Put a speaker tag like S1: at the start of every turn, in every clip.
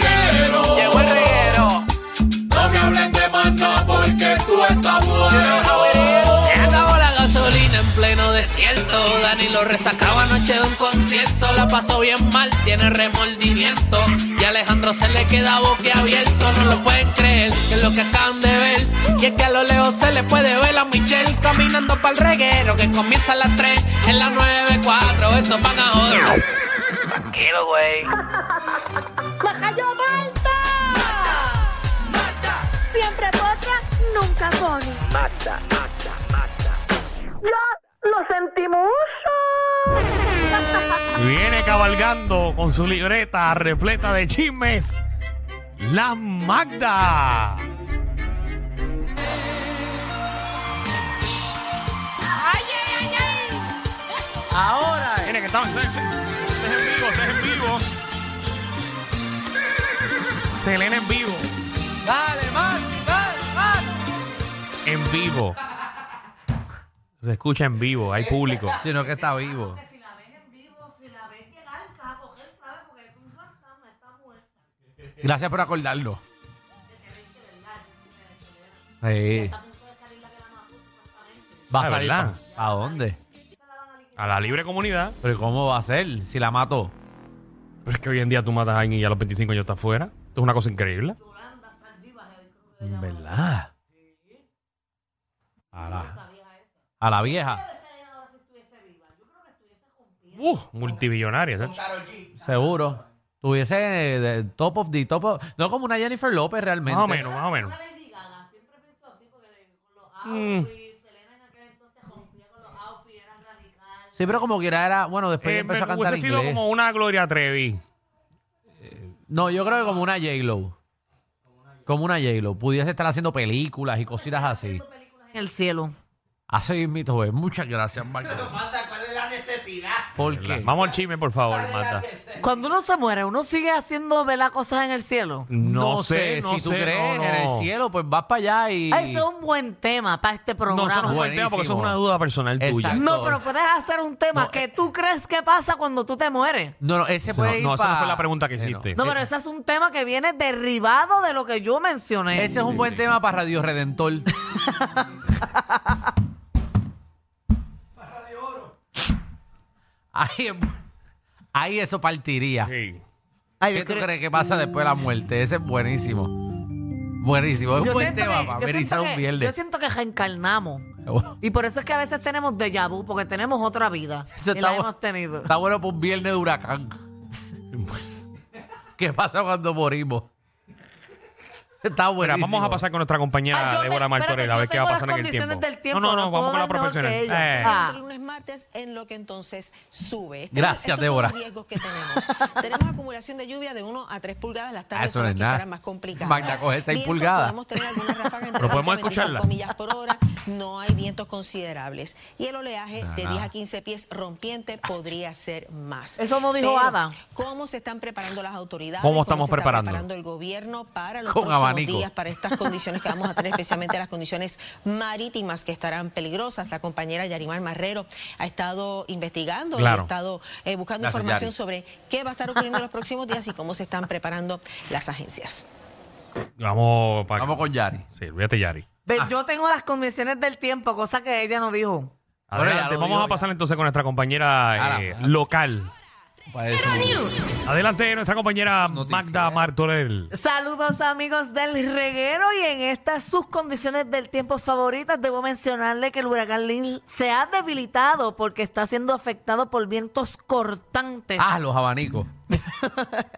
S1: reguero.
S2: Llegó el reguero.
S1: No me hablen de maná porque tú estás bueno.
S2: Se acabó la gasolina en pleno desierto. Dani lo resacaba anoche de un concierto. La pasó bien mal, tiene remordimiento. Y a Alejandro se le queda boquiabierto. No lo pueden creer, que es lo que acaban de ver. Y es que a lo lejos se le puede ver a Michelle caminando para el reguero. Que comienza a las 3 en las 9.4. Esto van a joder. Tranquilo, güey.
S3: ¡Baja yo, Malta! Siempre potra, nunca pone.
S2: Mata, mata, mata.
S3: ¡Ya lo sentimos!
S4: Viene cabalgando con su libreta repleta de chismes. La Magda.
S3: ¡Ay, ay, ay, ay!
S2: Ahora.
S4: Viene que estamos. Ese es en vivo, ese es en vivo. Selena en vivo.
S2: Dale, man, dale, man.
S4: En vivo. Se escucha en vivo, hay público.
S2: Sino que está vivo.
S5: Si la ves en vivo, si la ves llegar, te vas a coger, ¿sabes? Porque es un fantasma, está muerta.
S2: Gracias por acordarlo. Sí. ¿Va a
S4: Ah,
S2: salir
S4: ¿verdad?
S2: pa- ¿A dónde?
S4: A la libre comunidad.
S2: ¿Pero cómo va a ser si la mato?
S4: Pero es que hoy en día tú matas a alguien y a los 25 años está afuera. Esto es una cosa increíble.
S2: En verdad. A la, a la vieja,
S4: Uh, multibillonaria. ¿sabes?
S2: seguro. Tuviese de- de- top of the top of- No como una Jennifer López realmente.
S4: Más o menos, más o menos. Mm,
S2: Sí, pero como quiera era... Bueno, después
S4: eh,
S2: empezó a
S4: me-
S2: cantar
S4: hubiese
S2: en
S4: sido
S2: inglés.
S4: como una Gloria Trevi.
S2: No, yo creo que como una J-Lo. Como una J-Lo. Pudiese estar haciendo películas y cositas así.
S5: En el cielo.
S2: Así mismito es. Muchas gracias, Marco. ¿Por qué?
S4: Vamos al chisme, por favor, Magda.
S5: Cuando uno se muere, uno sigue haciendo velas cosas en el cielo.
S2: No, sé, si tú crees en el cielo, pues vas para allá y...
S5: Ay, Ese es un buen tema para este
S4: No, eso no
S5: programa.
S4: es un
S5: No,
S4: buen tema porque eso es
S2: Buenísimo.
S4: una duda personal tuya.
S2: Exacto.
S5: pero puedes hacer un tema
S2: No, eh.
S5: que tú crees que pasa cuando tú te mueres.
S2: No, no, ese
S4: Eso
S2: puede
S4: no-
S2: ir
S4: no, esa no
S2: pa-
S4: fue la pregunta que
S2: Eh, no.
S4: hiciste.
S5: No, pero ese es un tema que viene derivado de lo que yo mencioné.
S2: Ese es un buen tema para Radio Redentor. Para Radio Oro. Ahí, ahí eso partiría.
S4: Sí.
S5: Ay, yo
S2: ¿Qué tú
S5: creo-
S2: crees que pasa después de la muerte? Ese es buenísimo. Buenísimo. Es un
S5: yo
S2: buen
S5: siento
S2: tema
S5: que-
S2: para
S5: yo
S2: amenizar
S5: siento
S2: un
S5: que- yo
S2: viernes.
S5: siento que reencarnamos. Y por eso es que a veces tenemos déjà vu, porque tenemos otra vida.
S2: Eso
S5: y
S2: está
S5: la
S2: bu-
S5: hemos tenido.
S2: Está bueno para un viernes de huracán. ¿Qué pasa cuando morimos? Está bueno.
S4: Mira, vamos a pasar con nuestra
S5: Ah,
S4: compañera
S5: yo te-
S4: Débora
S5: espérate,
S4: Martorell a
S5: yo
S4: ver qué va a
S5: tengo
S4: pasar
S5: las
S4: en el tiempo.
S5: condiciones del tiempo,
S4: No, no, no,
S5: no
S4: vamos con la
S5: puedo dar mejor
S4: profesional.
S5: que ella.
S4: Eh,
S5: Ah.
S6: entre lunes martes en lo que entonces sube. Este-
S2: Gracias,
S6: estos son
S2: Débora.
S6: los riesgos que tenemos. tenemos acumulación de lluvia de 1 a 3 pulgadas. Las
S2: Ah,
S6: tardes
S2: eso
S6: son
S2: no
S6: las
S2: es
S6: que
S2: nada.
S6: estarán más complicadas.
S2: Magda, coge seis
S6: Vientos,
S2: pulgadas.
S6: Podemos tener algunas ráfagas entre
S4: Pero podemos
S6: 20 y 25
S4: escucharla.
S6: millas por hora. No hay vientos considerables. Y el oleaje
S2: Ah,
S6: de
S2: nada.
S6: 10 a 15 pies rompiente podría ser más.
S5: Eso no dijo
S6: Pero,
S5: Ada.
S6: ¿Cómo se están preparando las autoridades?
S4: ¿Cómo
S6: se
S4: estamos
S6: está
S4: preparando?
S6: preparando el gobierno para los
S2: Con
S6: próximos
S2: abanico.
S6: días, para estas condiciones que vamos a tener, especialmente las condiciones marítimas que estarán peligrosas. La compañera Yarimar Marrero ha estado investigando, y
S4: Claro.
S6: ha estado eh, buscando
S2: Gracias,
S6: información
S2: Yari.
S6: sobre qué va a estar ocurriendo en los próximos días y cómo se están preparando las agencias.
S4: Vamos, para
S2: Vamos con Yari.
S4: Sí, olvídate, Yari.
S5: Ve,
S2: Ah.
S5: Yo tengo las condiciones del tiempo, cosa que ella no dijo.
S2: Bueno, ya
S4: Adelante,
S2: lo
S4: vamos
S2: digo,
S4: a pasar entonces con nuestra compañera
S2: Ahora,
S4: eh,
S2: ahora.
S4: local.
S2: Parece-
S4: Adelante, nuestra compañera
S2: Noticias.
S4: Magda Martorell.
S5: Saludos amigos del reguero y en estas sus condiciones del tiempo favoritas debo mencionarle que el huracán Lynn se ha debilitado porque está siendo afectado por vientos cortantes.
S2: Ah, los abanicos.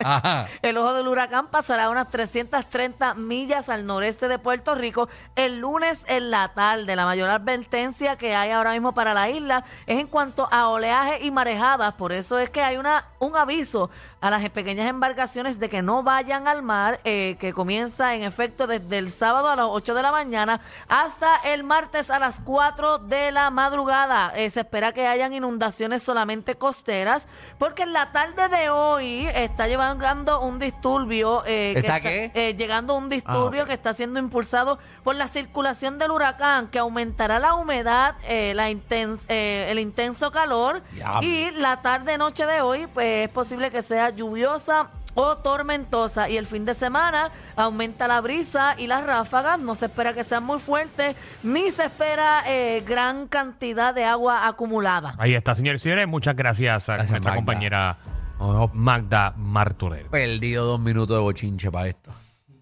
S2: Ajá.
S5: El ojo del huracán pasará a unas 330 millas al noreste de Puerto Rico el lunes en la tarde. La mayor advertencia que hay ahora mismo para la isla es en cuanto a oleaje y marejadas. Por eso es que hay una, un aviso a las pequeñas embarcaciones de que no vayan al mar, eh, que comienza en efecto desde el sábado a las 8 de la mañana hasta el martes a las 4 de la madrugada. Eh, se espera que hayan inundaciones solamente costeras, porque en la tarde de hoy está llevando un disturbio. eh, que
S2: ¿Está qué? Ah,
S5: eh, llegando un disturbio
S2: ok.
S5: que está siendo impulsado por la circulación del huracán, que aumentará la humedad, eh, la intens- eh, el intenso calor
S2: Diablo.
S5: y la tarde-noche de hoy pues, es posible que sea lluviosa o tormentosa. Y el fin de semana aumenta la brisa y las ráfagas. No se espera que sean muy fuertes, ni se espera eh, gran cantidad de agua acumulada.
S4: Ahí está, señores y señores. Muchas gracias a
S7: Gracias,
S4: nuestra
S7: Magda.
S4: compañera
S7: No, no,
S4: Magda Martorell.
S7: perdido dos minutos de bochinche para
S5: Mm.
S7: esto.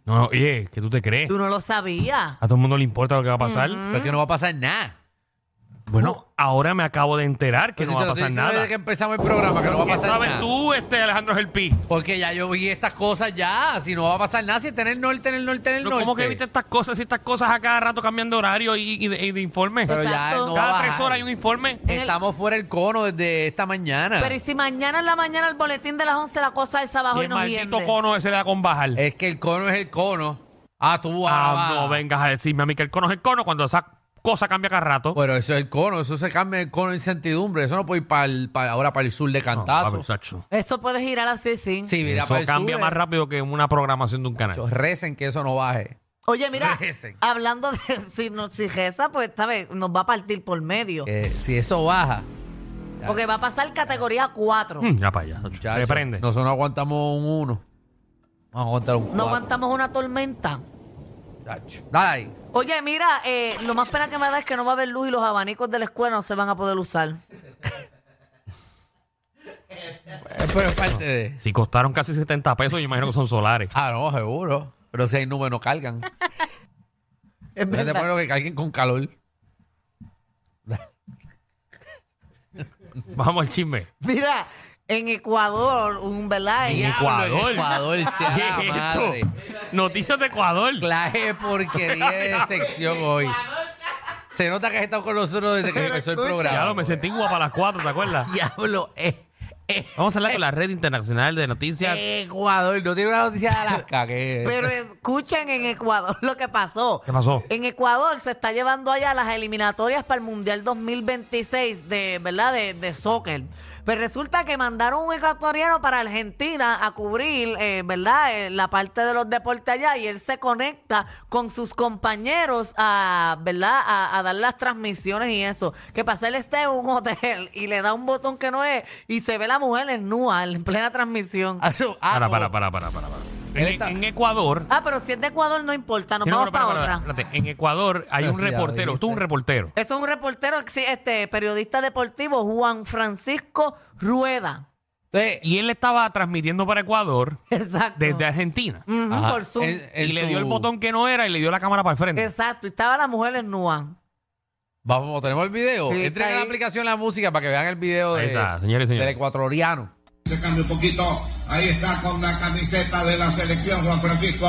S4: No, oye, ¿qué tú te crees?
S5: Tú no lo sabías.
S4: ¿A todo el mundo le importa lo que va a pasar?
S7: Pero es que no va a pasar nada.
S4: Bueno, ahora me acabo de enterar que
S7: Pues si
S4: no va
S7: te lo
S4: a
S7: estoy
S4: pasar
S7: diciendo
S4: nada.
S7: Desde que empezamos el programa, que no va a
S4: ¿Qué
S7: pasar
S4: sabes
S7: nada.
S4: tú, este Alejandro Gelpi?
S7: Porque ya yo vi estas cosas ya. Si no va a pasar nada, si está en el norte, en el norte, en el norte.
S4: ¿Cómo que viste estas cosas y estas cosas a cada rato cambiando horario y, y de, y de informe?
S7: Pero ya
S5: Exacto.
S7: no va a
S4: cada
S7: bajar.
S4: tres horas hay un informe.
S7: Estamos fuera del cono desde esta mañana.
S5: Pero y si mañana en la mañana el boletín de las 11 la cosa es abajo
S4: Y
S5: y,
S4: el
S5: no
S4: maldito
S5: viene.
S4: cono ese le da con bajar.
S7: Es que el cono es el cono. Ah, tú
S4: ah,
S7: ah,
S4: no
S7: va.
S4: vengas a decirme a mí que el cono es el cono cuando esa cosa cambia cada rato.
S7: Pero eso es el cono, eso se cambia el cono de incertidumbre. Eso no puede ir para ahora para el sur de
S4: No,
S7: cantazo.
S4: papi, chacho.
S5: Eso puede girar así, sí.
S7: sí, mira,
S4: Eso
S7: para el
S4: cambia
S7: sur,
S4: más
S7: eh.
S4: rápido que una programación de un canal.
S7: Recen que eso no baje.
S5: Oye, mira,
S7: Recen.
S5: hablando de si, no, si reza, pues esta vez nos va a partir por medio.
S7: Que si eso baja.
S5: Porque va a pasar categoría 4.
S4: Mm, ya para allá. chacho.
S7: chacho,
S4: Te prende.
S7: Nosotros no aguantamos un uno. Vamos a aguantar un cuatro.
S5: No aguantamos una tormenta.
S7: chacho. Dale ahí.
S5: Oye, mira, eh, lo más pena que me da es que no va a haber luz y los abanicos de la escuela no se van a poder usar.
S7: Eh, Pero es parte de.
S4: Si costaron casi 70 pesos, yo imagino que son solares.
S7: Ah, no, seguro. Pero si hay nubes no cargan.
S5: Es
S7: Pero te
S5: verdad.
S7: ponen que carguen con calor.
S4: Vamos al chisme.
S5: Mira, en Ecuador, un ¿verdad? En-
S4: Diablo, Ecuador.
S7: Ecuador, sea la
S4: ¿Qué es esto?
S7: madre.
S4: Noticias de Ecuador.
S7: Clase de porquería de sección hoy. Se nota que has estado con nosotros desde que empezó el
S4: Ya lo
S7: programa.
S4: me sentí guapa a las 4, ¿te acuerdas?
S7: Diablo, eh, eh,
S4: Vamos a hablar con la red internacional de noticias.
S7: Ecuador. No tiene una noticia de Alaska que
S5: Pero escuchen en Ecuador lo que pasó.
S4: ¿Qué pasó?
S5: En Ecuador se está llevando allá las eliminatorias para el Mundial 2026 de, ¿verdad? De, de soccer. Pero resulta que mandaron un ecuatoriano para Argentina a cubrir, eh, ¿verdad? Eh, la parte de los deportes allá y él se conecta con sus compañeros a, ¿verdad? A, a dar las transmisiones y eso. Que pasa, él está en un hotel y le da un botón que no es y se ve la mujer en nua, en plena transmisión.
S7: Ah, eso- ah,
S4: Para,
S7: no.
S4: para, para, para, para. para.
S7: Él
S4: En,
S7: está-
S4: en Ecuador.
S5: Ah, pero si es de Ecuador no importa, nos
S4: Sí, no,
S5: vamos
S4: pero
S5: para
S4: espera, espera,
S5: otra.
S4: espérate. En Ecuador hay un
S7: Sí, ya lo
S4: reportero. Tú un
S7: dijiste.
S4: reportero.
S5: Eso es un reportero, sí, este periodista deportivo, Juan Francisco Rueda.
S7: Entonces,
S4: Y él estaba transmitiendo para Ecuador
S5: Exacto.
S4: desde Eh, Argentina.
S5: Ujú,
S7: ajá,
S5: por Zoom.
S7: en- Mm. en
S4: Y le
S7: su-
S4: dio el botón que no era y le dio la cámara para el frente.
S5: Exacto. Y estaba la mujer en Nuan.
S7: Vamos, tenemos el video.
S5: Sí,
S7: Entren
S5: está
S7: a la
S5: ahí.
S7: aplicación La Música para que vean el video
S4: Ahí
S7: de,
S4: está, señores y
S7: del
S4: señores.
S7: ecuatoriano.
S8: Se cambia un poquito. Ahí está con la camiseta de la selección, Juan Francisco.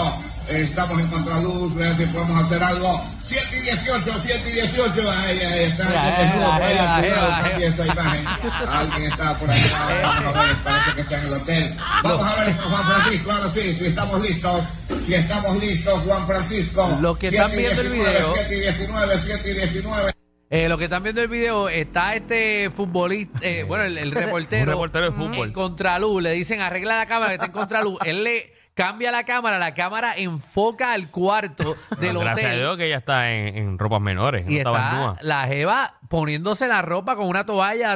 S8: Eh, Estamos en contraluz, vean si podemos hacer algo. 7 y 18, 7 y 18. Ahí, ahí está. este
S7: Ya,
S8: alguien desnudo por ahí
S7: ya,
S8: al
S7: ya,
S8: cuidado,
S7: ya, ya.
S8: cambia esa imagen. Alguien está por allá. Vamos a ver, parece que está en el hotel. Vamos a ver esto, Juan Francisco. Ahora sí, si estamos listos. Si estamos listos, Juan Francisco.
S7: Los que
S8: Siete
S7: están
S8: y
S7: viendo el
S8: 19,
S7: video.
S8: 7 y 19, 7 y 19.
S7: Eh, lo que están viendo el video está este futbolista, eh, bueno, el, el reportero.
S4: Un reportero de fútbol.
S7: En contraluz, le dicen arregla la cámara que está en contraluz. Él le cambia la cámara, la cámara enfoca al cuarto del
S4: Bueno, Gracias a
S7: hotel.
S4: Dios que ella está en, en ropas menores.
S7: Y
S4: no estaba en
S7: está
S4: nua.
S7: la Jeva poniéndose la ropa con una toalla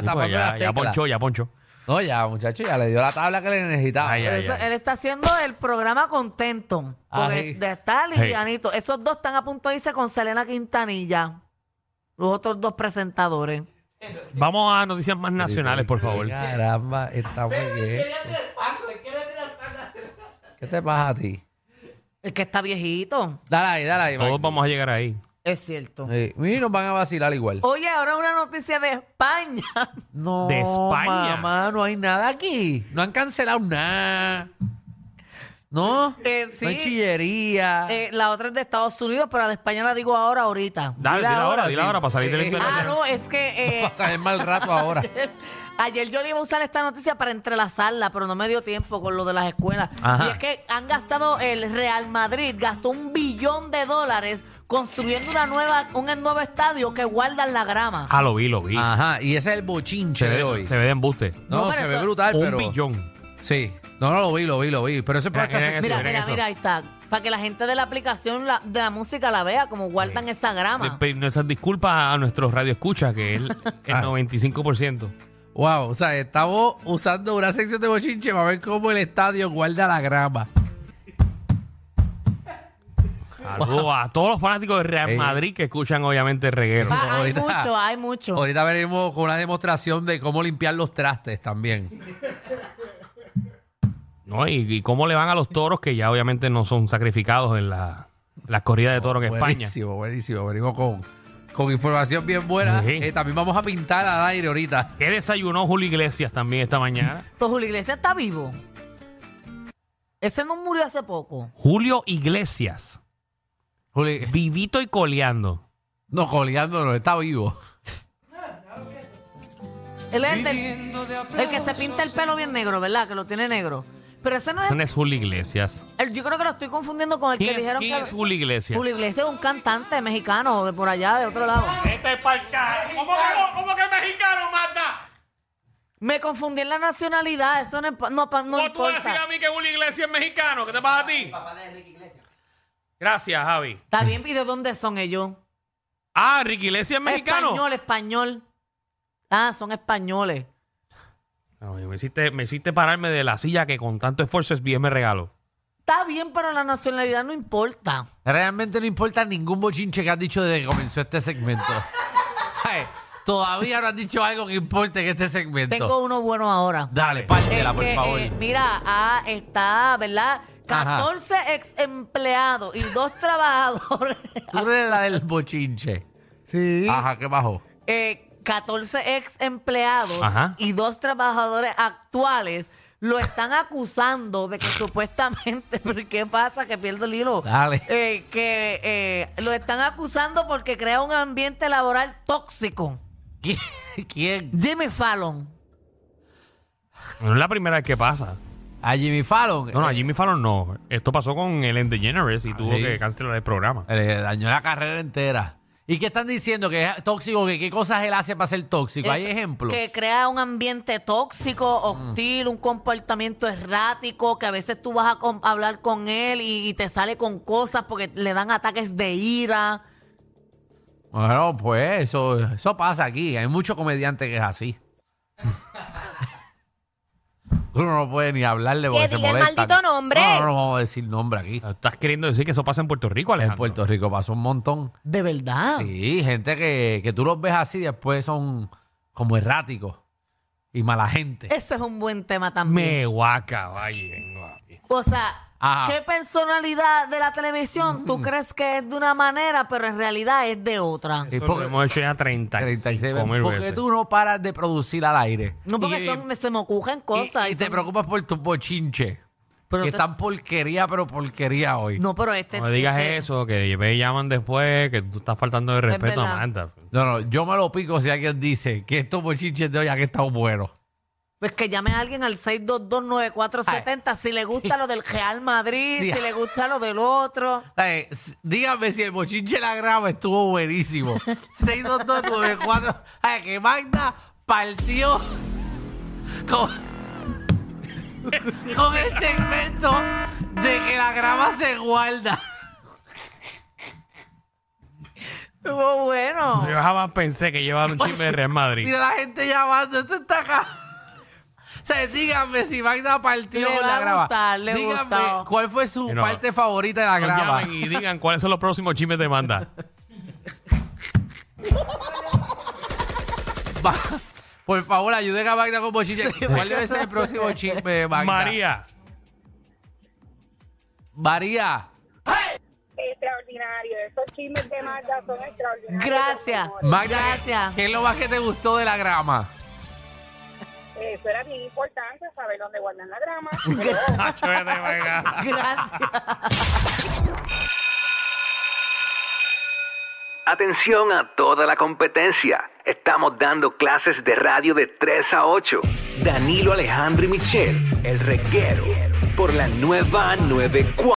S4: Sí, pues,
S7: tapando
S4: ya,
S7: las
S4: ya
S7: teclas.
S4: ponchó, ya ponchó.
S7: No, ya, muchacho, ya le dio la tabla que le necesitaba.
S4: Ay, ay,
S5: Eso-
S4: ay.
S5: Él está haciendo el programa contento.
S7: Ah,
S5: Porque
S7: sí.
S5: de estar
S4: Sí.
S5: livianito. Esos dos están a punto de irse con Selena Quintanilla. Los otros dos presentadores.
S4: Vamos a noticias más nacionales, por favor.
S7: Caramba, está muy bien. ¿Qué te pasa a ti?
S5: El que está viejito.
S7: Dale ahí, dale ahí.
S4: Todos
S7: Mike.
S4: vamos a llegar ahí.
S5: Es cierto.
S7: Sí, y nos van a vacilar igual.
S5: Oye, ahora una noticia de España.
S7: No,
S4: De España.
S7: mamá, no hay nada aquí. No han cancelado nada. ¿No?
S5: Eh,
S7: No hay
S5: sí.
S7: chillería.
S5: Eh, la otra es de Estados Unidos, pero la de España la digo ahora, ahorita.
S4: Dale,
S7: Dila
S4: dile ahora,
S7: ahora,
S4: dile
S7: sí.
S4: ahora para salir del
S7: Eh,
S4: internet.
S5: Ah, no, es que... eh,
S7: Pasas el mal rato ahora.
S5: Ayer yo le iba a usar esta noticia para entrelazarla, pero no me dio tiempo con lo de las escuelas.
S4: Ajá.
S5: Y es que han gastado, el Real Madrid gastó un billón de dólares construyendo una nueva, un nuevo estadio que guardan la grama.
S4: Ah, lo vi, lo vi.
S7: Ajá, y ese es el bochinche
S4: se,
S7: de
S4: ve,
S7: hoy.
S4: se ve de embuste.
S7: no,
S5: No,
S7: se
S5: pero
S7: ve
S5: eso-
S7: brutal,
S4: Un
S7: pero.
S4: billón.
S7: Sí. No, no, lo vi, lo vi, lo vi. Pero eso es para
S4: Era-
S7: esta
S4: era-
S5: mira,
S7: sección.
S4: miren
S5: mira,
S4: eso.
S5: mira, ahí está. Para que la gente de la aplicación la- de la música la vea, como guardan esa grama.
S4: Le- pe- Nuestras disculpas a nuestros radioescuchas, que es el
S7: Ah.
S4: 95%.
S7: Wow, o sea, estamos usando una sección de bochinche para ver cómo el estadio guarda la grama.
S4: Saludos a todos los fanáticos de Real
S7: Ey.
S4: Madrid que escuchan obviamente el reguero.
S5: Va, Ah, hay
S7: ahorita-
S5: mucho, hay mucho.
S7: Ahorita veremos con una demostración de cómo limpiar los trastes también.
S4: ¿no? Y, y cómo le van a los toros que ya obviamente no son sacrificados en la, las corridas de toros en España.
S7: Buenísimo, buenísimo. Venimos con, con información bien buena.
S4: Sí.
S7: Eh, también vamos a pintar al aire ahorita.
S4: ¿Qué desayunó Julio Iglesias también esta mañana?
S5: Pues Julio Iglesias está vivo. Ese no murió hace poco.
S4: Julio Iglesias,
S7: Juli,
S4: vivito y coleando.
S7: no, coleándonos, está vivo.
S5: Él es el, del- el que se pinta el pelo bien negro, ¿verdad? Que lo tiene negro. Pero ese no es.
S4: Ese no es Julio Iglesias.
S5: el- yo creo que lo estoy confundiendo con el que
S4: ¿Quién,
S5: dijeron
S4: quién
S5: que.
S4: es Julio Iglesias?
S5: Julio Iglesias es un cantante mexicano de por allá, de otro lado.
S1: Este es para ¿Cómo, cómo, cómo que mexicano manda?
S5: Me confundí en la nacionalidad, eso no, imp- no, pa- no
S1: ¿Cómo tú vas a decir
S5: importa.
S1: a mí que Julio Iglesias es mexicano? ¿Qué te pasa a ti? Papá de Ricky Iglesias. Gracias, Javi.
S5: Está bien, ¿y de dónde son ellos?
S4: Ah, Ricky Iglesias es mexicano.
S5: Español, español. Ah, son españoles.
S4: No, me, hiciste, me hiciste pararme de la silla que con tanto esfuerzo es bien me regalo.
S5: Está bien, pero la nacionalidad no importa.
S7: Realmente no importa ningún bochinche que has dicho desde que comenzó este segmento. Ay, Todavía no has dicho algo que importe en este segmento.
S5: Tengo uno bueno ahora.
S7: Dale,
S5: Es
S7: pártela, por
S5: que,
S7: favor.
S5: eh, mira, ah, está, ¿verdad? 14 ex empleados y dos trabajadores.
S7: Tú eres la del bochinche. Sí. Ajá, ¿qué bajó?
S5: Eh, 14 ex empleados
S4: Ajá.
S5: y dos trabajadores actuales lo están acusando de que supuestamente, ¿por ¿qué pasa? Que pierdo el hilo.
S7: Dale.
S5: Eh, que eh, lo están acusando porque crea un ambiente laboral tóxico.
S7: ¿Qui- ¿Quién?
S5: Jimmy Fallon.
S4: No es la primera vez que pasa.
S7: ¿A Jimmy Fallon?
S4: No, no, a
S7: Eh,
S4: Jimmy Fallon no. Esto pasó con Ellen DeGeneres y tuvo
S7: sí.
S4: que cancelar el programa.
S7: Eh, Le dañó la carrera entera. ¿Y qué están diciendo? ¿Que es tóxico? ¿Que ¿Qué cosas él hace para ser tóxico? ¿Hay
S5: Eh,
S7: ejemplos?
S5: Que crea un ambiente tóxico,
S7: Mm.
S5: hostil, un comportamiento errático, que a veces tú vas a com- hablar con él y, y te sale con cosas porque le dan ataques de ira.
S7: Bueno, pues eso, eso pasa aquí. Hay muchos comediantes que es así. Uno no puede ni hablarle porque
S3: Que
S7: se
S3: diga el
S7: molestan.
S3: maldito nombre.
S7: No, no, no vamos a decir nombre aquí.
S4: Estás queriendo decir que eso pasa en Puerto Rico, Alejandro.
S7: En Puerto Rico pasó un montón.
S5: De verdad.
S7: Sí, gente que, que tú los ves así y después son como erráticos y mala gente.
S5: Ese es un buen tema también.
S4: Me guaca, vaya.
S5: O sea,
S7: Ajá. Mm.
S5: ¿qué personalidad de la televisión tú crees que es de una manera, pero en realidad es de otra?
S7: Sí,
S4: Eso
S7: porque-
S4: lo hemos hecho ya
S7: 36
S4: 35 mil
S7: porque
S4: veces.
S7: tú no paras de producir al aire.
S5: No porque
S7: Y-
S5: son- me- se me ocurren
S7: y-
S5: cosas.
S7: Y,
S5: y
S7: te
S5: son-
S7: preocupas por tu bochinche.
S5: Pero
S7: que
S5: te-
S7: están porquería, pero porquería hoy.
S5: No, pero este...
S4: No me digas
S5: este-
S4: eso, que me llaman después, que tú estás faltando de respeto a
S5: verdad.
S4: Amanda.
S7: No, no, yo me lo pico si alguien dice que estos bochinches de hoy han estado buenos.
S5: Pues que llame a alguien al 6229470 si le gusta lo del Real Madrid,
S7: Sí.
S5: si le gusta lo del otro.
S7: Eh, s- dígame si el bochinche de la grama estuvo buenísimo. 62294. Ay, que Magda partió con, con el segmento de que la grama se guarda.
S5: Estuvo Oh, bueno.
S4: Yo jamás pensé que llevaban un chisme de Real Madrid.
S7: Pues, Mira la gente llamando, esto está acá. O sea, díganme si Magda partió
S5: Le
S7: con
S5: va
S7: la
S5: a
S7: grama.
S5: gustar, le
S7: díganme
S5: gustó.
S7: cuál fue su
S4: Que no.
S7: parte favorita de la
S4: Nos
S7: grama.
S4: llamen y digan cuáles son los próximos chismes de Amanda.
S7: Va- Por favor, ayuden a Magda con bochinche. ¿Cuál debe ser el próximo chisme, Magda?
S4: María.
S7: María.
S9: extraordinario. Esos chismes de Magda son extraordinarios.
S5: Gracias.
S7: Magda,
S5: Gracias.
S7: ¿qué es lo más que te gustó de la grama?
S9: Eso era bien importante, saber dónde guardan la grama.
S4: Nacho, vete para acá.
S5: Gracias.
S10: Atención a toda la competencia. Estamos dando clases de radio de 3 a 8. Danilo Alejandro y Michel, el reguero, por la nueva 94.